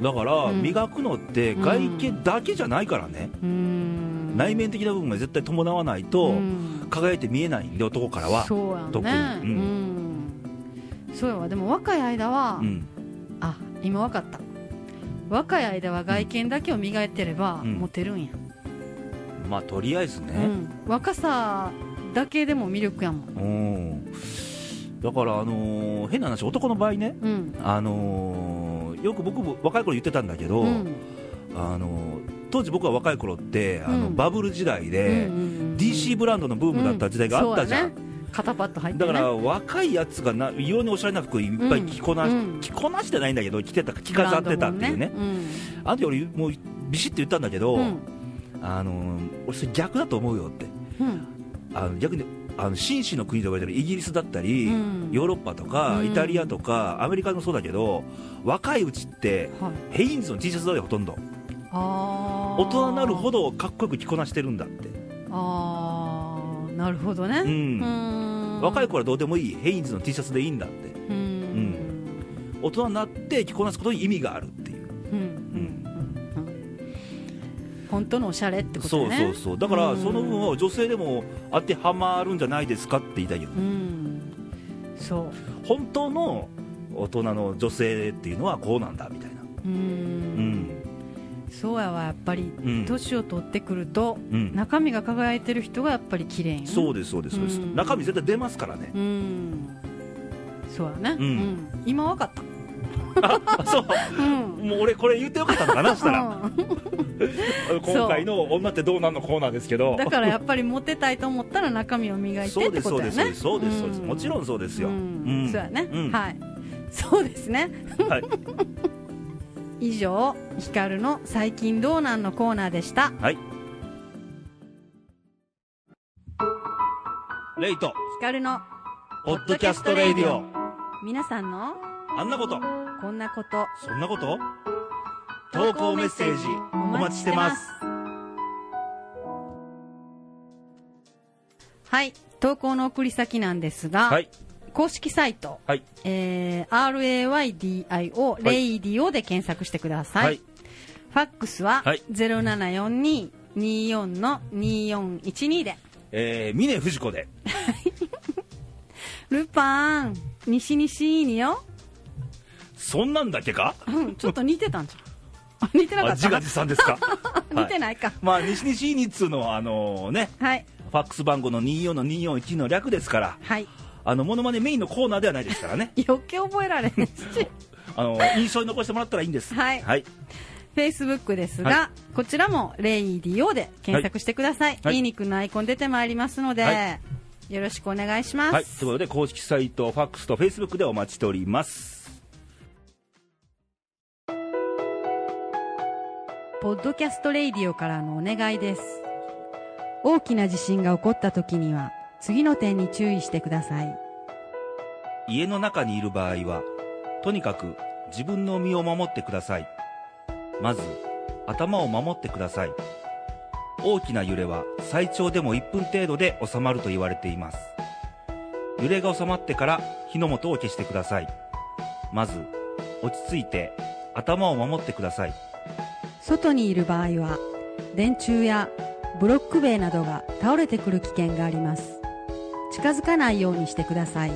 だから
うん
磨くのって
うん
外見だけじゃないからね、
うん
内面的な部分が絶対伴わないと
うん
輝いて見えないんで男からは
そうやん
特に
ね、
う
うんんそうやわでも若い間は、
うん
あ今分かった若い間は外見だけを磨いてれば、
うん
モテるんや、
まあとりあえず
う
ね、
ん、若さだけでも魅力やもん
うん、だからあのー変な話男の場合ね
うん
あのーよく僕も若い頃言ってたんだけど、
うん
あのー当時僕は若い頃ってあの、
うん
バブル時代で、
うんうんうん
DC ブランドのブームだった時代があったじゃん、
うそうやね、肩パッド入って
だ
ね
から若いやつがな異様におしゃれな服いっぱい着こな,、
うん
着こなしてないんだけど着てた着飾ってたっていうね
ブランドもん
あの時俺もうビシッて言ったんだけど、
うん
あのー俺それ逆だと思うよって
うん
あの逆にあの紳士の国とか言われてるイギリスだったり、
うん
ヨーロッパとか
うん
イタリアとかアメリカもそうだけど若いうちって
はい、
ヘインズの T シャツだよほとんど
あー
大人になるほどかっこよく着こなしてるんだって、
あーなるほどね、
う
うんん
若い頃はどうでもいいヘインズの T シャツでいいんだって
うんうん
大人になって着こなすことに意味があるっていう
うんうんうん本当のおしゃれってこと
そう
ね
そうそうだから
うん
その分は女性でも当てはまるんじゃないですかって言いたいけど
うんそう
本当の大人の女性っていうのはこうなんだみたいな
うん、
うん
そうやわやっぱり
うん
年を取ってくると、
うん
中身が輝いてる人がやっぱり綺麗やん
そうですそうですそうです
うん
中身絶対出ますからね
うんそうや
う
ね、
ん
うん今わかった
あそう
うん
もう俺これ言ってよかったのかなした ら
うん
今回の女ってどうなんのコーナーですけど
だからやっぱりモテたいと思ったら中身を磨いて
そう
っ
で
て
す
こ
そう
とや
で
ね
すそうですそうです
う
もちろんそうですよ
う
うん
んそうやね、
うん
はいそうですね
はい
以上ヒカルの最近どうなんのコーナーでした
はいレイト
ヒカルの
ポッドキャストレイディオ
皆さんの
あんなこと
こんなこと
そんなこと投稿メッセージお待ちしてます
はい投稿の送り先なんですが、
はい
公式サイト、
はい
えー、RAYDIO、レイディオで検索してください。
はい
ファックスは、
はい
0742、24の2412で。
えー、峰不二子で
ルパン、西西いいによ。
そんなんだけか
うん、ちょっと似てたんじゃん。あ似てなか
あ
っ
自
た
画自賛です か
似て
はい
ないか。
まあ西西ニッツのあのね
はい。
ファックス番号の24の241の略ですから
はい。
あのモノマネメインのコーナーではないですからね
余計覚えられへんし。
あの 印象に残してもらったらいいんです
はい
はい、
Facebook ですが、
は
こちらもレイディオで検索してください。
はい
いい肉のアイコン出てまいりますので、
は
よろしくお願いします。
はい、ということで公式サイトファックスとフェイスブックでお待ちしております
ポッドキャストレイディオからのお願いです。大きな地震が起こった時には、次の点に注意してください。
家の中にいる場合はとにかく自分の身を守ってくださいまず頭を守ってください大きな揺れは最長でも1分程度で収まると言われています揺れが収まってから火の元を消してくださいまず落ち着いて頭を守ってください
外にいる場合は、電柱やブロック塀などが倒れてくる危険があります。近づかないようにしてください。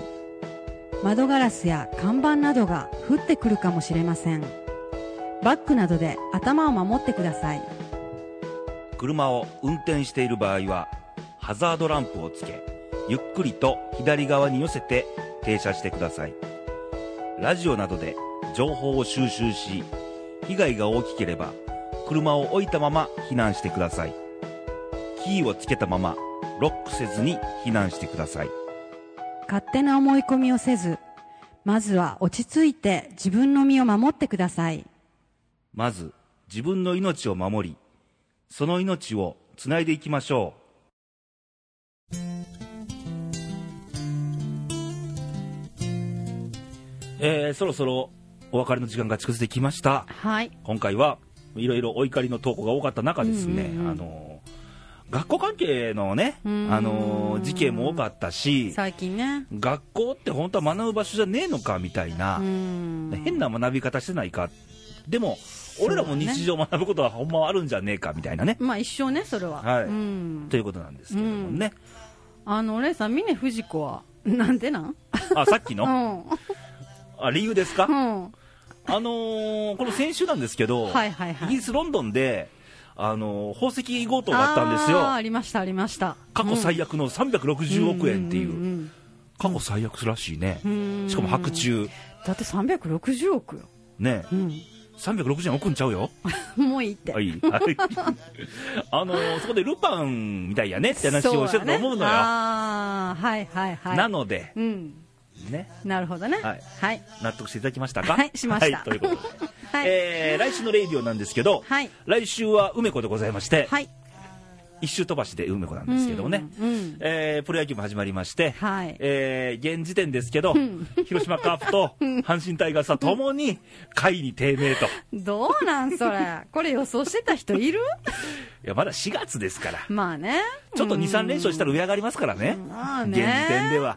窓ガラスや看板などが降ってくるかもしれません。バッグなどで頭を守ってください。
車を運転している場合はハザードランプをつけゆっくりと左側に寄せて停車してくださいラジオなどで情報を収集し被害が大きければ車を置いたまま避難してくださいキーをつけたままロックせずに避難してください
勝手な思い込みをせず、まずは落ち着いて自分の身を守ってください。
まず自分の命を守りその命をつないでいきましょう、えーそろそろお別れの時間が近づいてきました
はい。
今回はいろいろお怒りの投稿が多かった中ですね、
うんうんうん
あのー学校関係のね、あ
うん
のー事件も多かったし、
最近ね
学校って本当は学ぶ場所じゃねえのかみたいな
う、ん
変な学び方してないか、でも、俺らも日常学ぶことはほんまはあるんじゃねえかみたいなね、
まあ一生ねそれは、
はい
うん
ということなんですけどもね、
あのレイさん峰不二子はなんでなん
あさっき
う
の、
ん、
あ理由ですか
う、ん、
あのーこの先週なんですけど、
はいはいはい
イギリス・ロンドンで、あのー宝石強盗があったんです
あーあ
よ、
りましたありました
過去最悪の360億円っていう、
んん
過去最悪らしいね、
うん
しかも白昼、
だって360億よ、
ね、
うん、
360円置くんちゃうよ、
もういいって、
はい、はいあのーそこでルパンみたいやねって話
そう
をしてたと
だね
思うのよ、
ああはいはいはい
なので、
うん
ね、
なるほどね
はい
はい、
納得していただきましたか
はいしました
はいということで、
はい
えー来週のレイディオなんですけど、
はい
来週は梅子でございまして、
はい
一周飛ばしで梅子なんですけどもね、
うんうん
えープロ野球も始まりまして、
はい
えー現時点ですけど、広島カープと阪神タイガースはともに下位に低迷と、い
どうなん それこれ予想してた人いる
やまだ4月ですから、
まあね
ちょっと2、3連勝した
ら
ら上上がりますからね、現時点では。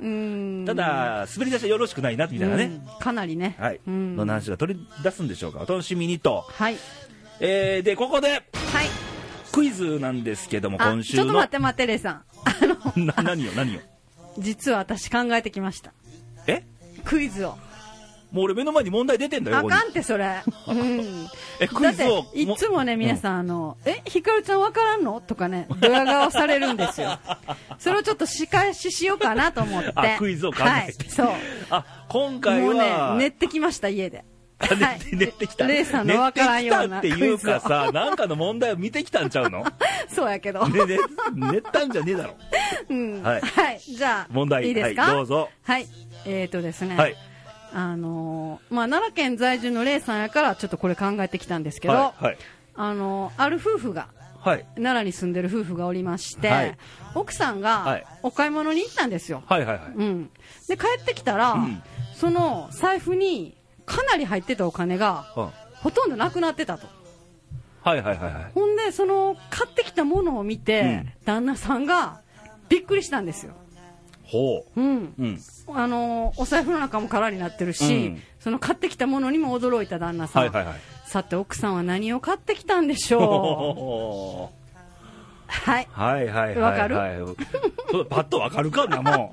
ただ、滑り出しはよろしくないなみたいなね、
かなりね
はい、
うん
の話が取り出すんでしょうか、お楽しみにと、
はい
えーでここで
はい
クイズなんですけども、
あ
今週
ちょっと
の
待っ、て待ってレイさん
な何よ、何よ、
実は私考えてきました
え
クイズを
もう俺、目の前に問題出てんだよ、
あ
ここに
かんって それ、うん、
えクイズを
だっていつもね
も
皆さん、あのえひかるちゃんわからんのとかねドヤ顔されるんで すよそれをちょっと仕返ししようかなと思って
あクイズを考えて、
はい、そう
あ今回
もう
は
ね練ってきました家で
あ練って練ってきた
レイさんのわからんような
練ってきたっていうかさなんかの問題を見てきたんちゃうのね
そうやけど、
ね練ったんじゃねえだろ
うん
は
はいい、じゃあ
問題
いいですか、
はいどうぞ
はいえーとですね、
はい
あのーまあ、奈良県在住のレイさんやからちょっとこれ考えてきたんですけど、
はいはい
あのーある夫婦が
はい
奈良に住んでる夫婦がおりまして、
はい
奥さん
は
が
い
お買い物に行ったんですよ、
はいはいはい
うん、で帰ってきたら、
うん
その財布にかなり入ってたお金が
うん
ほとんどなくなってたと
はいはいはいはい
ほんでその買ってきたものを見て、
うん
旦那さんがびっくりしたんですよ、
ほ
うん
ううん
あのお財布の中も空になってるし、
うん
その買ってきたものにも驚いた旦那さん、
はいはいはい
さて奥さんは何を買ってきたんでしょ
ほう
うはい
はいはいはい
わかる
るパッとわかるかなも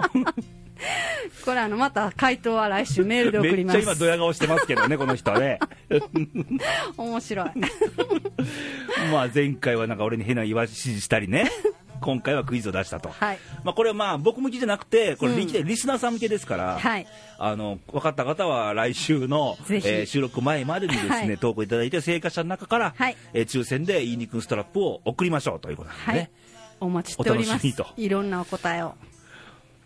これあのまた回答は来週メールで
う
送
め
り
っ
ま
ち
す
ゃ今ドヤ顔してますけ どねこの人はね
面白い
まあ前回はなんか俺に変な言わ指示したりね今回はクイズを出したと
はい
まあ、これはまあ僕向きじゃなくて、これリ,、リスナーさん向けですから、
はい
あの分かった方は来週の、え
ぜひ
ー収録前までにですね、
はい
投稿いただいて、正解者の中から、
はい
えー抽選でいい肉のストラップを送りましょうということなんで
は
ね、
いお待ちしてお
お
りま
楽し
す
みと
いろんなお答えを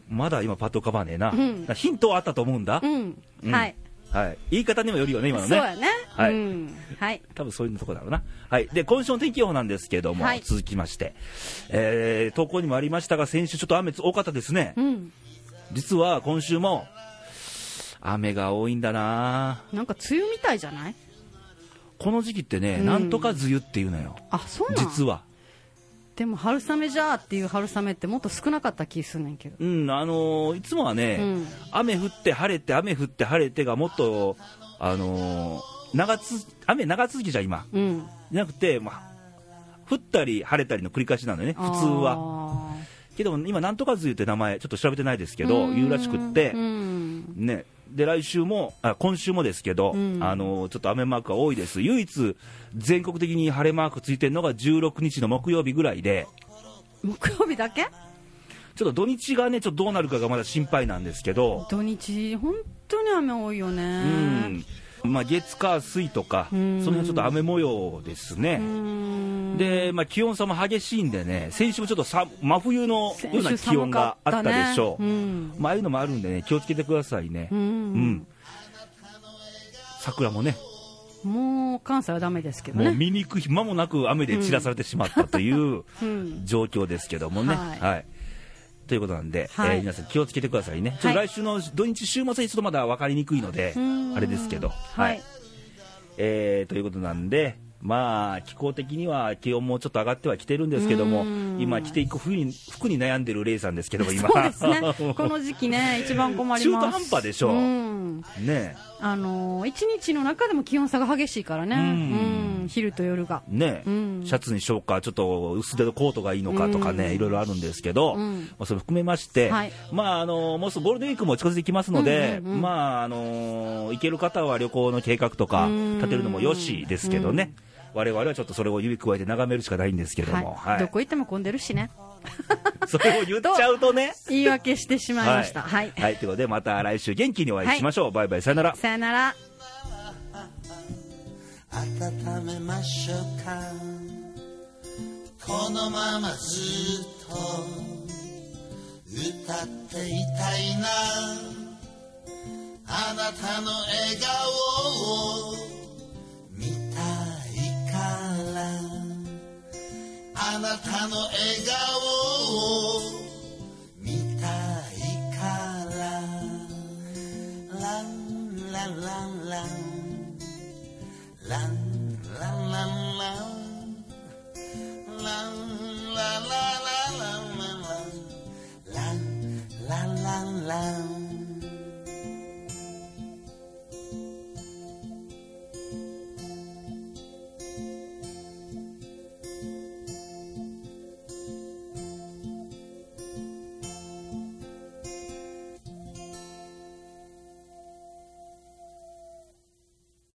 まだ今、パッと浮かばねえな、
ん
ヒントはあったと思うんだ、
うん、
うん
はい、
はい、言い方にもよるよね、今の
そうや
ね。
ね
はい
うんはい
多分そういうとこだろうな、はい、で今週の天気予報なんですけども、
はい
続きまして、えー投稿にもありましたが先週ちょっと雨多かったですね、
うん
実は今週も雨が多いんだな
なんか梅雨みたいじゃない
この時期ってね、
うん
なんとか梅雨っていうのよ、
あそうなん
実は。
でも春雨じゃーっていう春雨ってもっと少なかった気すんねんけど
うん、あのーいつもはね、
うん
雨降って晴れて、雨降って晴れてがもっと、あのー長つ雨長続きじゃん、今。
うん
じゃなくて、まあ、降ったり晴れたりの繰り返しなのよね、普通は。
は
けども、今、なんとか梅雨って名前、ちょっと調べてないですけど、言うらしくって、
うん
ね、で来週もあ今週もですけど、
うん
あのちょっと雨マークが多いです、唯一全国的に晴れマークついてるのが16日の木曜日ぐらいで、
木曜日だけ
ちょっと土日がねちょっとどうなるかがまだ心配なんですけど、
土日本当に雨多いよ
う
ね
んまあ、月、火、水とか、そ
うん
の辺ちょっと雨模様です
う
ね。
ん
でまあ、気温差も激しいんでね、先週もちょっとさ真冬の
先
ような
週
気温
寒
が
か
あった
ね
でしょう、
うん
まあああいうのもあるんでね、気をつけてくださいね、
う
うんん桜もね、
もう関西はダメですけど
もう
ね
見に行く暇もなく雨で散らされてしまったと いう
うん
状況ですけどもね。は、
はいい
ということなんで、
はい
えー皆さん気をつけてくださいね、ちょっと
は
来週の土日、週末にちょっとまだ分かりにくいので
う、ん
あれですけど、
はい
えーということなんで、まあ、気候的には気温もちょっと上がってはきてるんですけども
うーん、
今、着ていく服に服に悩んでるレイさんですけども、今、
そうです ねこの時期ね一番困ります
中途半端でしょ
うん
ね
あのー一日の中でも気温差が激しいからね
う
うんん昼と夜が
えねえ
うん
シャツにしようか、ちょっと薄手のコートがいいのかとか
う
ね、
ん
いろいろあるんですけど、
うん
まあ、それ含めまして、
はい
まああのもうすぐゴールデンウィークも近づいてきますので、
うんうんうん
まああの行ける方は旅行の計画とか
うん
立てるのもよしですけどね、我々はちょっとそれを指加えて眺めるしかないんですけども、
は
はい
い、どこ行っても混んでるしね
それを言っちゃうとね。
言い訳してしまいましたはい、
はい、ということでまた来週元気にお会いしましょう、バイバイさよなら
さよなら
温めましょうかこのままずっと歌っていたいなあなたの笑顔を見たいからあなたの笑顔を